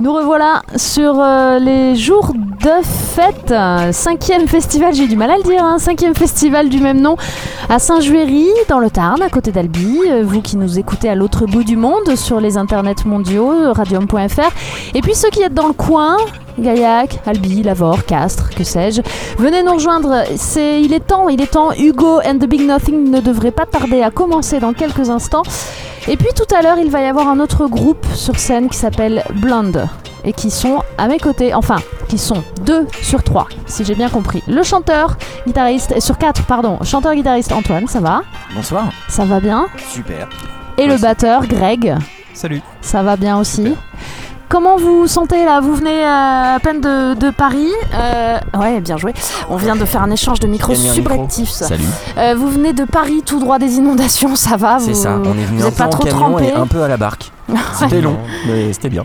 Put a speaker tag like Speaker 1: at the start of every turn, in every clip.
Speaker 1: Nous revoilà sur euh, les jours de fête. Euh, Cinquième festival, j'ai du mal à le dire, hein, cinquième festival du même nom à Saint-Juéry, dans le Tarn, à côté d'Albi. Euh, Vous qui nous écoutez à l'autre bout du monde sur les internets mondiaux, euh, radium.fr. Et puis ceux qui êtes dans le coin, Gaillac, Albi, Lavore, Castres, que sais-je, venez nous rejoindre. C'est, il est temps, il est temps. Hugo and the Big Nothing ne devrait pas tarder à commencer dans quelques instants. Et puis tout à l'heure, il va y avoir un autre groupe sur scène qui s'appelle Blonde et qui sont à mes côtés, enfin, qui sont deux sur trois, si j'ai bien compris. Le chanteur, guitariste, euh, sur quatre, pardon, chanteur, guitariste Antoine, ça va
Speaker 2: Bonsoir.
Speaker 1: Ça va bien
Speaker 2: Super.
Speaker 1: Et le
Speaker 2: Merci.
Speaker 1: batteur Greg,
Speaker 3: Salut.
Speaker 1: ça va bien aussi
Speaker 2: Super.
Speaker 1: Comment vous vous sentez là Vous venez euh, à peine de, de Paris. euh, ouais, bien joué. On vient de faire un échange de micros
Speaker 3: Gagner un
Speaker 1: subrectif. ça.
Speaker 2: Salut.
Speaker 1: Euh, vous venez de Paris tout droit des inondations, ça va
Speaker 2: C'est
Speaker 1: vous-
Speaker 2: ça, on est venu
Speaker 1: vous
Speaker 2: un
Speaker 1: êtes
Speaker 2: peu
Speaker 1: pas
Speaker 2: en
Speaker 1: trop
Speaker 2: camion
Speaker 1: trempé
Speaker 2: et un peu à la barque. C'était long, mais c'était bien.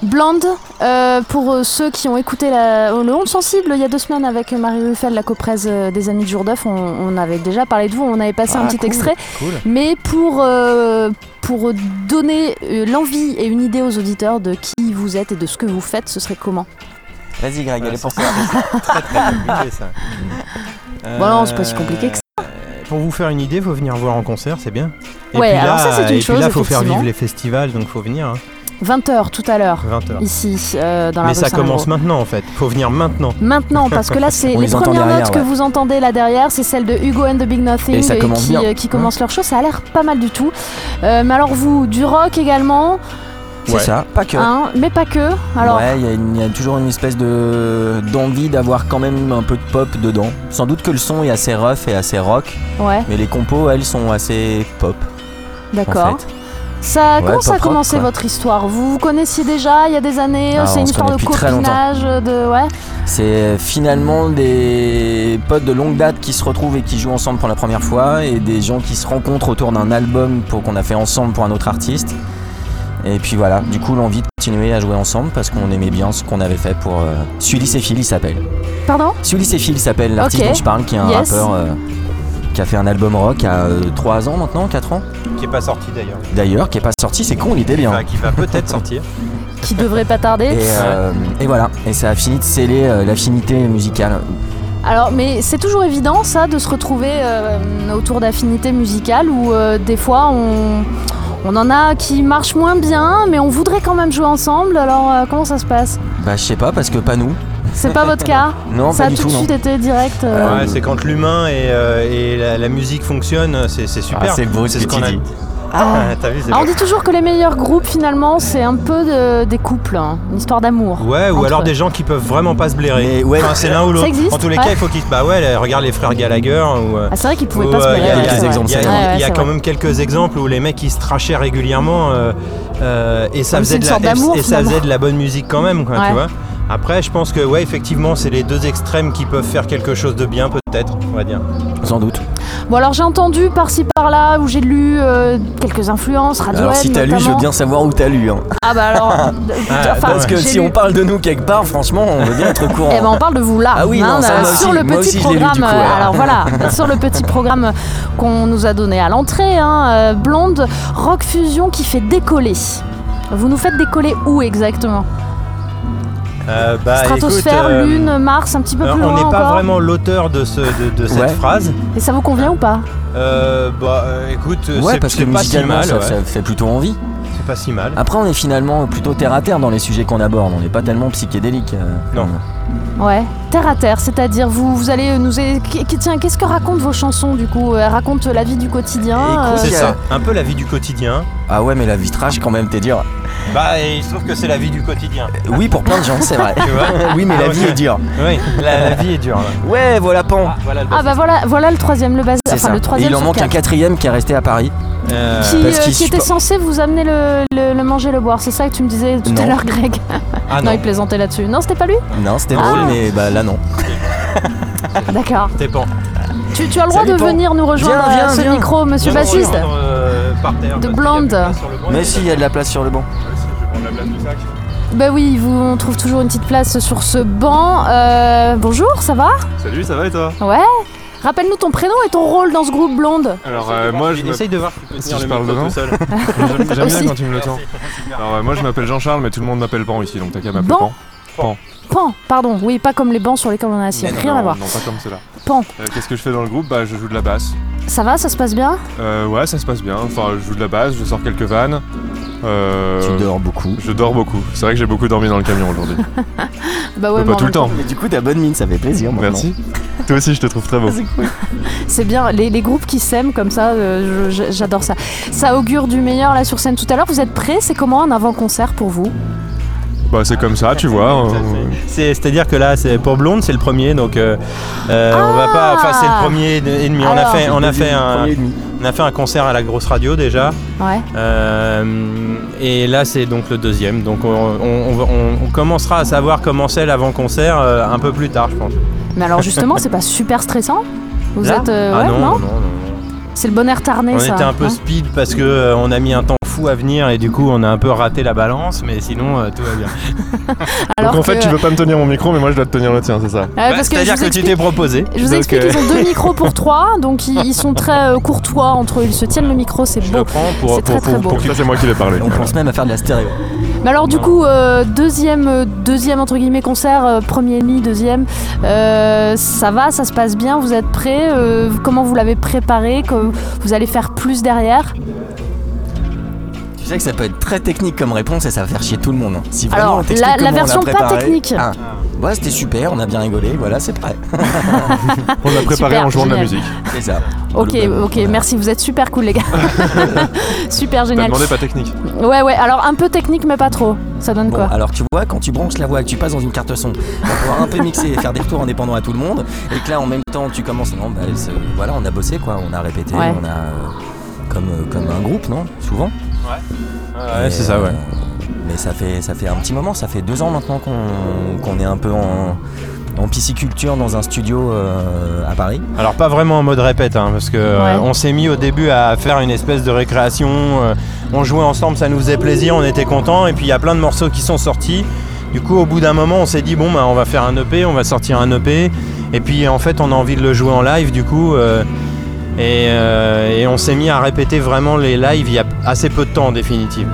Speaker 1: Blonde, euh, pour euh, ceux qui ont écouté la- oh, le Honte Sensible il y a deux semaines avec Marie Ruffel, la coprèse euh, des Amis de Jour d'œuf, on, on avait déjà parlé de vous, on avait passé un
Speaker 2: Ah,
Speaker 1: petit
Speaker 2: cool,
Speaker 1: extrait.
Speaker 3: cool.
Speaker 1: Mais pour, euh, pour donner euh, l'envie et une idée aux auditeurs de qui vous êtes et de ce que vous faites, ce serait comment
Speaker 2: Vas-y Greg,
Speaker 3: Voilà,
Speaker 2: allez pour
Speaker 3: c'est
Speaker 2: ça.
Speaker 3: Très très compliqué ça.
Speaker 1: Bon, non, c'est pas si compliqué que
Speaker 3: ça. Euh, Pour vous faire une idée, faut venir voir en concert, c'est bien.
Speaker 1: Ouais, alors ça, c'est une
Speaker 3: et
Speaker 1: chose,
Speaker 3: Puis là, faut faire
Speaker 1: effectivement.
Speaker 3: vivre les festivals, donc faut venir, hein,
Speaker 1: 20h tout à l'heure,
Speaker 3: 20h.
Speaker 1: ici, euh, dans la
Speaker 3: Mais
Speaker 1: rue
Speaker 3: ça
Speaker 1: Saint-Malo.
Speaker 3: commence maintenant en fait, faut venir maintenant.
Speaker 1: Maintenant, parce que là, c'est
Speaker 2: On
Speaker 1: les
Speaker 2: les entend
Speaker 1: premières
Speaker 2: derrière,
Speaker 1: notes que
Speaker 2: ouais.
Speaker 1: vous entendez là derrière, c'est celle de Hugo and the Big Nothing
Speaker 2: Et ça
Speaker 1: euh,
Speaker 2: commence
Speaker 1: qui,
Speaker 2: bien.
Speaker 1: euh, qui commencent leur show. Ça a l'air pas mal du tout. Euh, mais alors, vous, du rock également,
Speaker 2: C'est
Speaker 3: Ouais.
Speaker 2: ça, pas que.
Speaker 1: hein, mais pas que. Alors,
Speaker 2: Ouais, il y a une- il y, a toujours une espèce de d'envie d'avoir quand même un peu de pop dedans. Sans doute que le son est assez rough et assez rock,
Speaker 1: ouais,
Speaker 2: mais les compos, elles, sont assez pop. En
Speaker 1: d'accord.
Speaker 2: fait.
Speaker 1: Ça,
Speaker 2: Ouais,
Speaker 1: comment ça a
Speaker 2: pop rock,
Speaker 1: commencé
Speaker 2: quoi.
Speaker 1: votre histoire Vous vous connaissiez déjà il y a des années
Speaker 2: Ah,
Speaker 1: C'est
Speaker 2: on
Speaker 1: une
Speaker 2: se
Speaker 1: histoire de
Speaker 2: connaît depuis très longtemps.
Speaker 1: copinage, de ouais.
Speaker 2: C'est finalement des potes de longue date qui se retrouvent et qui jouent ensemble pour la première fois et des gens qui se rencontrent autour d'un album pour qu'on a fait ensemble pour un autre artiste. Et puis voilà, du coup l'envie de continuer à jouer ensemble parce qu'on aimait bien ce qu'on avait fait pour euh... Sully Sefil il s'appelle.
Speaker 1: Pardon
Speaker 2: Sully Sefil s'appelle l'artiste
Speaker 1: Ok.
Speaker 2: dont je parle qui est un
Speaker 1: Yes.
Speaker 2: rappeur euh, qui a fait un album rock à 3 ans maintenant, 4 ans
Speaker 3: Qui est pas sorti d'ailleurs.
Speaker 2: d'ailleurs, qui est pas sorti, c'est con, il était bien.
Speaker 3: Enfin, qui va peut-être sortir.
Speaker 1: Qui devrait pas tarder.
Speaker 2: Et, euh, et voilà, et ça a fini de sceller euh, l'affinité musicale.
Speaker 1: Alors, mais c'est toujours évident ça de se retrouver euh, autour d'affinités musicales où euh, des fois on, on en a qui marchent moins bien, mais on voudrait quand même jouer ensemble. Alors euh, comment ça se passe
Speaker 2: Bah je sais pas parce que pas nous.
Speaker 1: C'est pas votre cas
Speaker 2: Non,
Speaker 1: Ça
Speaker 2: pas
Speaker 1: a
Speaker 2: du
Speaker 1: tout
Speaker 2: tout,
Speaker 1: de
Speaker 2: non.
Speaker 1: suite été direct. euh,
Speaker 2: Euh,
Speaker 3: Ouais, c'est quand l'humain et, euh, et la, la musique fonctionnent, c'est c'est super.
Speaker 2: Ah, c'est beau ce
Speaker 3: ce
Speaker 2: que
Speaker 3: qu'on
Speaker 2: tu
Speaker 3: a-
Speaker 2: dis.
Speaker 3: Ah, t'as vu, c'est
Speaker 1: Alors, on
Speaker 3: beau.
Speaker 1: dit toujours que les meilleurs groupes finalement c'est un peu de- des couples, hein, une histoire d'amour.
Speaker 3: Ouais, ou
Speaker 1: Entre
Speaker 3: alors
Speaker 1: eux.
Speaker 3: des gens qui peuvent vraiment pas se blairer.
Speaker 2: Mais ouais,
Speaker 3: Enfin, c'est l'un ou l'autre.
Speaker 1: existe,
Speaker 3: En tous les
Speaker 1: ouais.
Speaker 3: cas, il faut qu'ils. Bah ouais, là, regarde les frères Gallagher ou. euh,
Speaker 1: Ah, c'est vrai qu'ils pouvaient
Speaker 3: ou,
Speaker 1: pas se
Speaker 3: euh,
Speaker 1: blairer,
Speaker 3: y a-
Speaker 1: ouais,
Speaker 3: y a-
Speaker 1: c'est
Speaker 2: des
Speaker 1: vrai.
Speaker 2: exemples,
Speaker 3: Il y a,
Speaker 2: c'est
Speaker 3: il y a-
Speaker 1: vrai.
Speaker 3: il y a
Speaker 1: Ouais,
Speaker 3: quand
Speaker 1: ouais,
Speaker 3: même quelques exemples où les mecs ils se trachaient régulièrement euh, euh, et ça
Speaker 1: Comme Ah, c'est
Speaker 3: faisait
Speaker 1: une
Speaker 3: de
Speaker 1: sorte
Speaker 3: la
Speaker 1: d'amour,
Speaker 3: et, ça
Speaker 1: finalement.
Speaker 3: faisait de la bonne musique quand même quoi,
Speaker 1: Ouais.
Speaker 3: tu vois. Après je pense que ouais effectivement c'est les deux extrêmes qui peuvent faire quelque chose de bien peut-être on va dire.
Speaker 2: Sans doute.
Speaker 1: Bon alors j'ai entendu par-ci par-là où j'ai lu euh, quelques influences, radio
Speaker 2: Alors si t'as lu, je veux bien savoir où t'as lu. hein.
Speaker 1: Ah bah alors.
Speaker 3: Ah,
Speaker 1: enfin,
Speaker 2: Parce que
Speaker 1: j'ai
Speaker 2: si
Speaker 1: lu.
Speaker 2: on parle de nous quelque part, franchement, on veut bien être au courant.
Speaker 1: Eh ben on parle de vous là, hein, euh,
Speaker 2: Ah oui, non, ça, moi
Speaker 1: sur
Speaker 2: aussi.
Speaker 1: le
Speaker 2: Moi
Speaker 1: petit
Speaker 2: aussi, je l'ai lu,
Speaker 1: programme.
Speaker 2: du coup,
Speaker 1: euh,
Speaker 2: alors.
Speaker 1: alors voilà, sur le petit programme qu'on nous a donné à l'entrée, hein, euh, blonde rock fusion qui fait décoller. Vous nous faites décoller où exactement
Speaker 3: Euh, bah,
Speaker 1: Stratosphère,
Speaker 3: écoute, euh,
Speaker 1: lune, Mars, un petit peu
Speaker 3: alors,
Speaker 1: plus
Speaker 3: on
Speaker 1: loin
Speaker 3: n'est pas
Speaker 1: encore.
Speaker 3: vraiment l'auteur de, ce, de, de cette
Speaker 2: Ouais.
Speaker 3: phrase.
Speaker 1: Et ça vous convient ou pas
Speaker 3: Euh, bah euh, écoute,
Speaker 2: Ouais,
Speaker 3: c'est
Speaker 2: parce que
Speaker 3: c'est pas si
Speaker 2: musicalement,
Speaker 3: mal.
Speaker 2: ça,
Speaker 3: ouais.
Speaker 2: ça fait plutôt envie.
Speaker 3: C'est pas si mal.
Speaker 2: Après, on est finalement plutôt terre à terre dans les sujets qu'on aborde. On n'est pas tellement psychédélique. euh,
Speaker 3: Non.
Speaker 1: Ouais. Terre à terre, c'est-à-dire vous, vous allez nous é- qui- qui- tiens qu'est-ce que racontent vos chansons du coup Elles racontent la vie du quotidien.
Speaker 2: Écoute,
Speaker 3: C'est
Speaker 2: euh,
Speaker 3: ça, un peu la vie du quotidien.
Speaker 2: Ah ouais, mais la vitrage quand même, t'es dur.
Speaker 3: Bah et il se trouve que c'est la vie du quotidien.
Speaker 2: Oui, pour plein de gens, c'est vrai.
Speaker 3: Tu vois
Speaker 2: Oui, mais la
Speaker 3: Ah,
Speaker 2: vie
Speaker 3: ok.
Speaker 2: est dure.
Speaker 3: Oui, la, la vie est dure. là.
Speaker 2: Ouais, voilà Pan.
Speaker 3: voilà le
Speaker 1: Ah bah voilà, voilà le troisième, le bas,
Speaker 2: C'est
Speaker 1: enfin
Speaker 2: ça.
Speaker 1: le
Speaker 2: Et
Speaker 1: troisième.
Speaker 2: il en
Speaker 1: sur
Speaker 2: manque un
Speaker 1: quatre.
Speaker 2: quatrième qui est resté à Paris.
Speaker 3: Euh,
Speaker 1: qui,
Speaker 2: parce
Speaker 1: euh,
Speaker 2: qu'il
Speaker 1: qui était
Speaker 2: suppo-
Speaker 1: censé vous amener le, le- le manger le boire, c'est ça que tu me disais tout à
Speaker 2: Non.
Speaker 1: l'heure, Greg.
Speaker 3: Ah
Speaker 1: non,
Speaker 3: non,
Speaker 1: il plaisantait là-dessus. Non, c'était pas lui
Speaker 2: Non, c'était
Speaker 1: Ah.
Speaker 2: drôle, mais bah là non.
Speaker 1: D'accord.
Speaker 3: t'es pas.
Speaker 1: Tu, tu as le droit
Speaker 2: Salut,
Speaker 1: de
Speaker 2: Pan.
Speaker 1: venir nous rejoindre
Speaker 2: Viens,
Speaker 1: à
Speaker 2: viens,
Speaker 1: ce
Speaker 2: viens.
Speaker 1: micro, monsieur
Speaker 3: Viens nous
Speaker 1: Bassiste.
Speaker 3: rejoindre, euh, par terre,
Speaker 1: De
Speaker 3: parce qu'il y a
Speaker 1: blonde.
Speaker 3: plus de place sur le banc,
Speaker 2: Mais
Speaker 3: il
Speaker 2: si,
Speaker 3: y
Speaker 2: il y a de la place sur le banc.
Speaker 1: Bah oui, vous, on trouve toujours une petite place sur ce banc. Euh, bonjour, ça va
Speaker 4: Salut, ça va et toi
Speaker 1: Ouais. Rappelle-nous ton prénom et ton rôle dans ce groupe blonde.
Speaker 4: Alors euh, moi je
Speaker 3: Essaye de voir si tu peux
Speaker 4: Si
Speaker 3: tenir
Speaker 4: je
Speaker 3: le
Speaker 4: parle
Speaker 3: micro
Speaker 4: dedans.
Speaker 3: tout seul.
Speaker 4: m'appelle- j'aime bien
Speaker 1: Aussi.
Speaker 4: quand tu me le tends. Alors euh, moi je m'appelle Jean-Charles mais tout le monde m'appelle Pan ici donc t'as qu'à m'appeler
Speaker 1: Bon.
Speaker 4: Pan.
Speaker 1: Pan, pardon, oui, pas comme les bancs sur lesquels on est assis,
Speaker 4: Non,
Speaker 1: rien
Speaker 4: non,
Speaker 1: à voir.
Speaker 4: Non pas comme cela.
Speaker 1: Pan.
Speaker 4: Euh, Qu'est-ce que je fais dans le groupe Bah je joue de la basse.
Speaker 1: Ça va, ça se passe bien
Speaker 4: Euh, ouais ça se passe bien. Enfin je joue de la basse, je sors quelques vannes. Euh,
Speaker 2: Tu dors beaucoup.
Speaker 4: Je dors beaucoup. C'est vrai que j'ai beaucoup dormi dans le camion aujourd'hui.
Speaker 1: Bah
Speaker 4: Mais
Speaker 1: ouais, mais
Speaker 4: pas
Speaker 1: en
Speaker 4: tout le
Speaker 1: même
Speaker 4: temps.
Speaker 2: Mais du coup, t'as bonne mine, ça fait plaisir. maintenant.
Speaker 4: Merci. Toi aussi je te trouve très beau.
Speaker 1: C'est bien, les, les groupes qui s'aiment comme ça, euh, je- je- j'adore ça. Ça augure du meilleur là sur scène tout à l'heure. Vous êtes prêts C'est comment un avant-concert pour vous
Speaker 4: Bah c'est comme ça tu vois. euh,
Speaker 3: C'est- C'est-à-dire que là, c'est pour Blonde, c'est le premier, donc euh, euh, on va pas. Enfin, c'est le premier et demi. On a
Speaker 1: Ah. Alors.
Speaker 3: fait, on a fait un,
Speaker 2: Premier et demi.
Speaker 3: on a fait un concert à la grosse radio déjà.
Speaker 1: Ouais.
Speaker 3: Euh, et là, c'est donc le deuxième. Donc, on, on- on va- on- on commencera à savoir comment c'est l'avant-concert euh, un peu plus tard, je pense.
Speaker 1: Mais alors justement, c'est pas super stressant Vous
Speaker 3: Là
Speaker 1: êtes. euh,
Speaker 3: ah
Speaker 1: ouais,
Speaker 3: non, non, non, non.
Speaker 1: C'est le bonheur tarné
Speaker 3: On
Speaker 1: ça.
Speaker 3: était un peu
Speaker 1: hein.
Speaker 3: speed parce que euh, on a mis un temps fou à venir et du coup, on a un peu raté la balance, mais sinon, euh, tout va bien.
Speaker 1: alors
Speaker 4: Donc en fait
Speaker 1: que-
Speaker 4: tu veux pas me tenir mon micro mais moi je dois te tenir le tien c'est ça.
Speaker 1: Ouais, parce que je
Speaker 3: Bah, C'est-à-dire
Speaker 1: vous
Speaker 3: que, tu
Speaker 1: explique-
Speaker 3: t'es proposé.
Speaker 1: Je vous
Speaker 3: donc,
Speaker 1: explique,
Speaker 3: euh,
Speaker 1: ils ont deux micros pour trois, donc ils, ils sont très euh, courtois entre eux, ils se tiennent le micro, c'est
Speaker 3: je
Speaker 1: beau.
Speaker 3: le prends pour,
Speaker 1: C'est
Speaker 3: pour-
Speaker 1: très, très
Speaker 3: pour-
Speaker 1: beau.
Speaker 3: pour
Speaker 4: Donc
Speaker 3: que-
Speaker 4: là c'est moi qui vais parler.
Speaker 2: On pense même à faire de la stéréo.
Speaker 1: Mais alors du
Speaker 3: Non.
Speaker 1: coup, euh, deuxième, euh, deuxième entre guillemets concert, euh, premier et demi, deuxième, euh, ça va, ça se passe bien, vous êtes prêts euh, Comment vous l'avez préparé que Vous allez faire plus derrière
Speaker 2: Tu sais que ça peut être très technique comme réponse et ça va faire chier tout le monde. hein. Si vraiment
Speaker 1: Alors,
Speaker 2: on t'explique
Speaker 1: la- la
Speaker 2: comment on
Speaker 1: version pas
Speaker 2: préparé,
Speaker 1: technique.
Speaker 2: ah, ouais, c'était super, on a bien rigolé, voilà, c'est prêt.
Speaker 4: On l'a préparé
Speaker 1: Super,
Speaker 4: en jouant de la
Speaker 1: génial.
Speaker 4: musique.
Speaker 2: C'est ça.
Speaker 1: Ok,
Speaker 2: Globalement,
Speaker 1: ok,
Speaker 2: voilà.
Speaker 1: merci, vous êtes super cool les gars. super
Speaker 4: T'as
Speaker 1: génial.
Speaker 4: demandé pas technique.
Speaker 1: Ouais, ouais, alors un peu technique mais pas trop. Ça donne
Speaker 2: Bon,
Speaker 3: bah.
Speaker 1: quoi
Speaker 2: alors tu vois, quand tu bronches la voix et que tu passes dans une carte son, pour pouvoir un peu mixer et faire des retours indépendants à tout le monde, et que là en même temps tu commences, non, bah, c'est- voilà, on a bossé quoi, on a répété,
Speaker 1: Ouais.
Speaker 2: on a. euh, comme, euh, comme un groupe, non Souvent euh,
Speaker 3: Ouais, c'est ça, ouais.
Speaker 2: Mais ça fait, ça fait un petit moment, ça fait deux ans maintenant qu'on qu'on est un peu en, en pisciculture dans un studio euh, à Paris.
Speaker 3: Alors pas vraiment en mode répète, hein, parce que euh,
Speaker 1: Ouais.
Speaker 3: on s'est mis au début à faire une espèce de récréation. euh, on jouait ensemble, ça nous faisait plaisir, on était contents. Et puis il y a plein de morceaux qui sont sortis. Du coup, au bout d'un moment, on s'est dit bon, bah, on va faire un EP, on va sortir un EP. Et puis en fait, on a envie de le jouer en live, du coup. euh, et, euh, et on s'est mis à répéter vraiment les lives il y a assez peu de temps en définitive.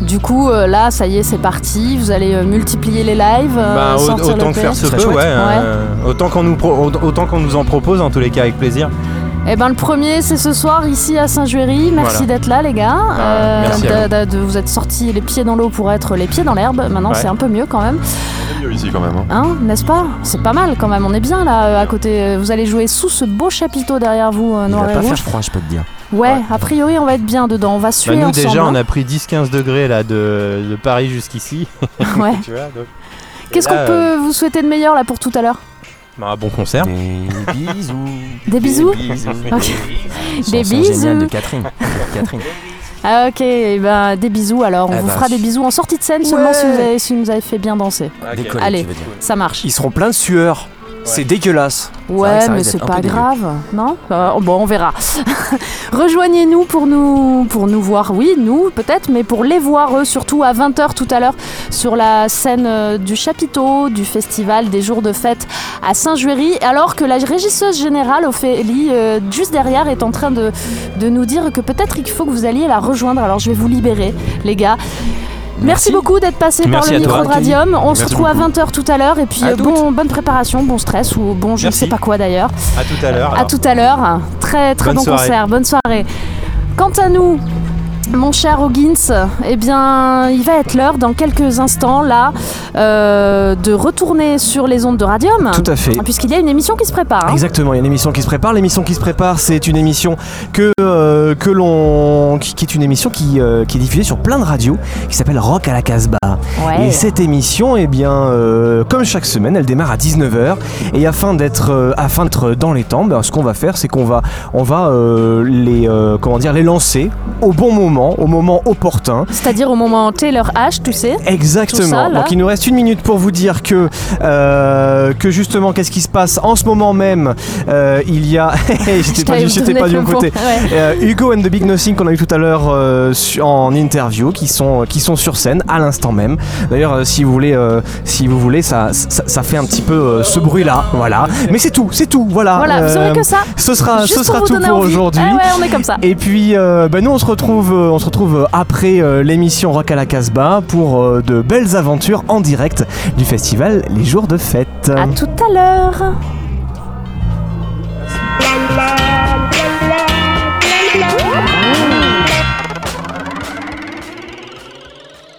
Speaker 1: Du coup, euh, là, ça y est, c'est parti. Vous allez euh, multiplier les lives. euh,
Speaker 3: Bah, au-
Speaker 1: sortir
Speaker 3: autant
Speaker 1: le
Speaker 3: que faire
Speaker 1: PS.
Speaker 3: se
Speaker 2: Très
Speaker 3: peut, ouais.
Speaker 2: chouette.
Speaker 3: euh, autant qu'on nous, pro- autant qu'on nous en propose, en tous les cas, avec plaisir.
Speaker 1: Eh ben, le premier, c'est ce soir ici à Saint-Juéry. Merci d'être là, les gars. Euh,
Speaker 3: Ah, merci à
Speaker 1: d'a- d'a- de- vous êtes sortis les pieds dans l'eau pour être les pieds dans l'herbe. Maintenant,
Speaker 3: Ouais.
Speaker 1: c'est un peu mieux quand même,
Speaker 4: mieux ici quand même. hein.
Speaker 1: hein N'est-ce pas C'est pas mal quand même. On est bien là euh, à côté. Euh, Vous allez jouer sous ce beau chapiteau derrière vous, euh,
Speaker 2: Il
Speaker 1: noir
Speaker 2: va
Speaker 1: et
Speaker 2: pas
Speaker 1: rouge.
Speaker 2: faire froid, je peux te dire.
Speaker 1: Ouais, a priori, on va être bien dedans. On va
Speaker 3: Bah,
Speaker 1: suer
Speaker 3: nous
Speaker 1: ensemble.
Speaker 3: déjà
Speaker 1: hein.
Speaker 3: on a pris 10-15 degrés là de, de Paris jusqu'ici.
Speaker 1: Ouais.
Speaker 3: Tu vois, donc- Et
Speaker 1: Qu'est-ce qu'on
Speaker 3: là, euh,
Speaker 1: peut vous souhaiter de meilleur là pour tout à l'heure
Speaker 3: bah, un bon concert.
Speaker 2: Des bisous.
Speaker 1: Des bisous Ok. Des
Speaker 2: Chanson géniale
Speaker 1: bisous.
Speaker 2: de Catherine. Catherine.
Speaker 1: Ah ok, eh ben, des bisous alors. On
Speaker 2: Eh
Speaker 1: vous
Speaker 2: ben,
Speaker 1: fera des
Speaker 2: su-
Speaker 1: bisous en sortie de scène seulement
Speaker 2: Ouais.
Speaker 1: si vous avez, si vous nous avez fait bien danser.
Speaker 2: Des collègues,
Speaker 1: Allez.
Speaker 2: tu veux dire.
Speaker 1: Ça marche.
Speaker 5: Ils seront pleins de sueur. C'est dégueulasse.
Speaker 2: vrai que
Speaker 1: Ouais,
Speaker 2: ça
Speaker 1: mais
Speaker 2: risque
Speaker 1: c'est
Speaker 2: d'être un
Speaker 1: pas
Speaker 2: peu dégueu.
Speaker 1: grave, non Euh, Bon, on verra. Rejoignez-nous pour nous, pour nous voir, oui, nous peut-être, mais pour les voir eux, surtout à 20h tout à l'heure sur la scène euh, du chapiteau, du festival des jours de fête à Saint-Juéry, alors que la régisseuse générale, Ophélie, euh, juste derrière, est en train de, de nous dire que peut-être il faut que vous alliez la rejoindre, alors je vais vous libérer, les gars. Merci, beaucoup d'être passé par
Speaker 3: Merci
Speaker 1: le
Speaker 3: à toi,
Speaker 1: micro de
Speaker 2: Kelly.
Speaker 1: Radium. On se
Speaker 4: Merci
Speaker 1: retrouve à 20h tout à l'heure et puis
Speaker 2: À
Speaker 1: euh, bon, bonne préparation, bon stress ou bon je ne
Speaker 3: Merci.
Speaker 1: sais pas quoi d'ailleurs.
Speaker 3: À tout à l'heure.
Speaker 1: À
Speaker 3: alors.
Speaker 1: tout à l'heure. Très très
Speaker 3: Bonne
Speaker 1: bon
Speaker 3: soirée.
Speaker 1: concert. Bonne soirée. Quant à nous, mon cher Hoggins, eh bien, il va être l'heure dans quelques instants là euh, de retourner sur les ondes de Radium,
Speaker 5: Tout à fait.
Speaker 1: puisqu'il y a une émission qui se prépare. hein.
Speaker 5: Exactement, il y a une émission qui se prépare. L'émission qui se prépare, c'est une émission que, euh, que l'on, qui, qui est une émission qui, euh, qui est diffusée sur plein de radios, qui s'appelle Rock à la Casbah.
Speaker 1: Ouais.
Speaker 5: Et cette émission, eh bien, euh, comme chaque semaine, elle démarre à 19h. Et afin d'être, euh, afin d'être dans les temps, ben, ce qu'on va faire, c'est qu'on va, on va euh, les, euh, comment dire, les lancer au bon moment. moment, au moment opportun.
Speaker 1: C'est-à-dire au moment Taylor H, tu sais.
Speaker 5: Exactement.
Speaker 1: Tout ça, là.
Speaker 5: Donc il nous reste une minute pour vous dire que, euh, que justement, qu'est-ce qui se passe en ce moment même euh, Il y a. J'étais pas,
Speaker 1: t'avais
Speaker 5: j'étais
Speaker 1: donné
Speaker 5: pas du
Speaker 1: le
Speaker 5: bon
Speaker 1: bon.
Speaker 5: côté.
Speaker 1: Ouais.
Speaker 5: Euh, Hugo and the Big Nothing qu'on a eu tout à l'heure euh, su- en interview, qui sont, qui sont sur scène à l'instant même. D'ailleurs, euh, si vous voulez, euh, si vous voulez, ça, ça, ça fait un petit peu euh, ce bruit-là, voilà. Mais c'est tout, c'est tout, voilà.
Speaker 1: Voilà, vous
Speaker 5: Euh,
Speaker 1: aurez que ça.
Speaker 5: Ce sera,
Speaker 1: Juste
Speaker 5: ce sera
Speaker 1: pour vous
Speaker 5: tout
Speaker 1: donner
Speaker 5: pour
Speaker 1: envie.
Speaker 5: aujourd'hui.
Speaker 1: Ah ouais, on est comme ça.
Speaker 5: Et puis, euh, bah, nous, on se retrouve, euh, on se retrouve après euh, l'émission Rock à la Casbah pour euh, de belles aventures en direct du festival Les Jours de Fête.
Speaker 1: À tout à l'heure.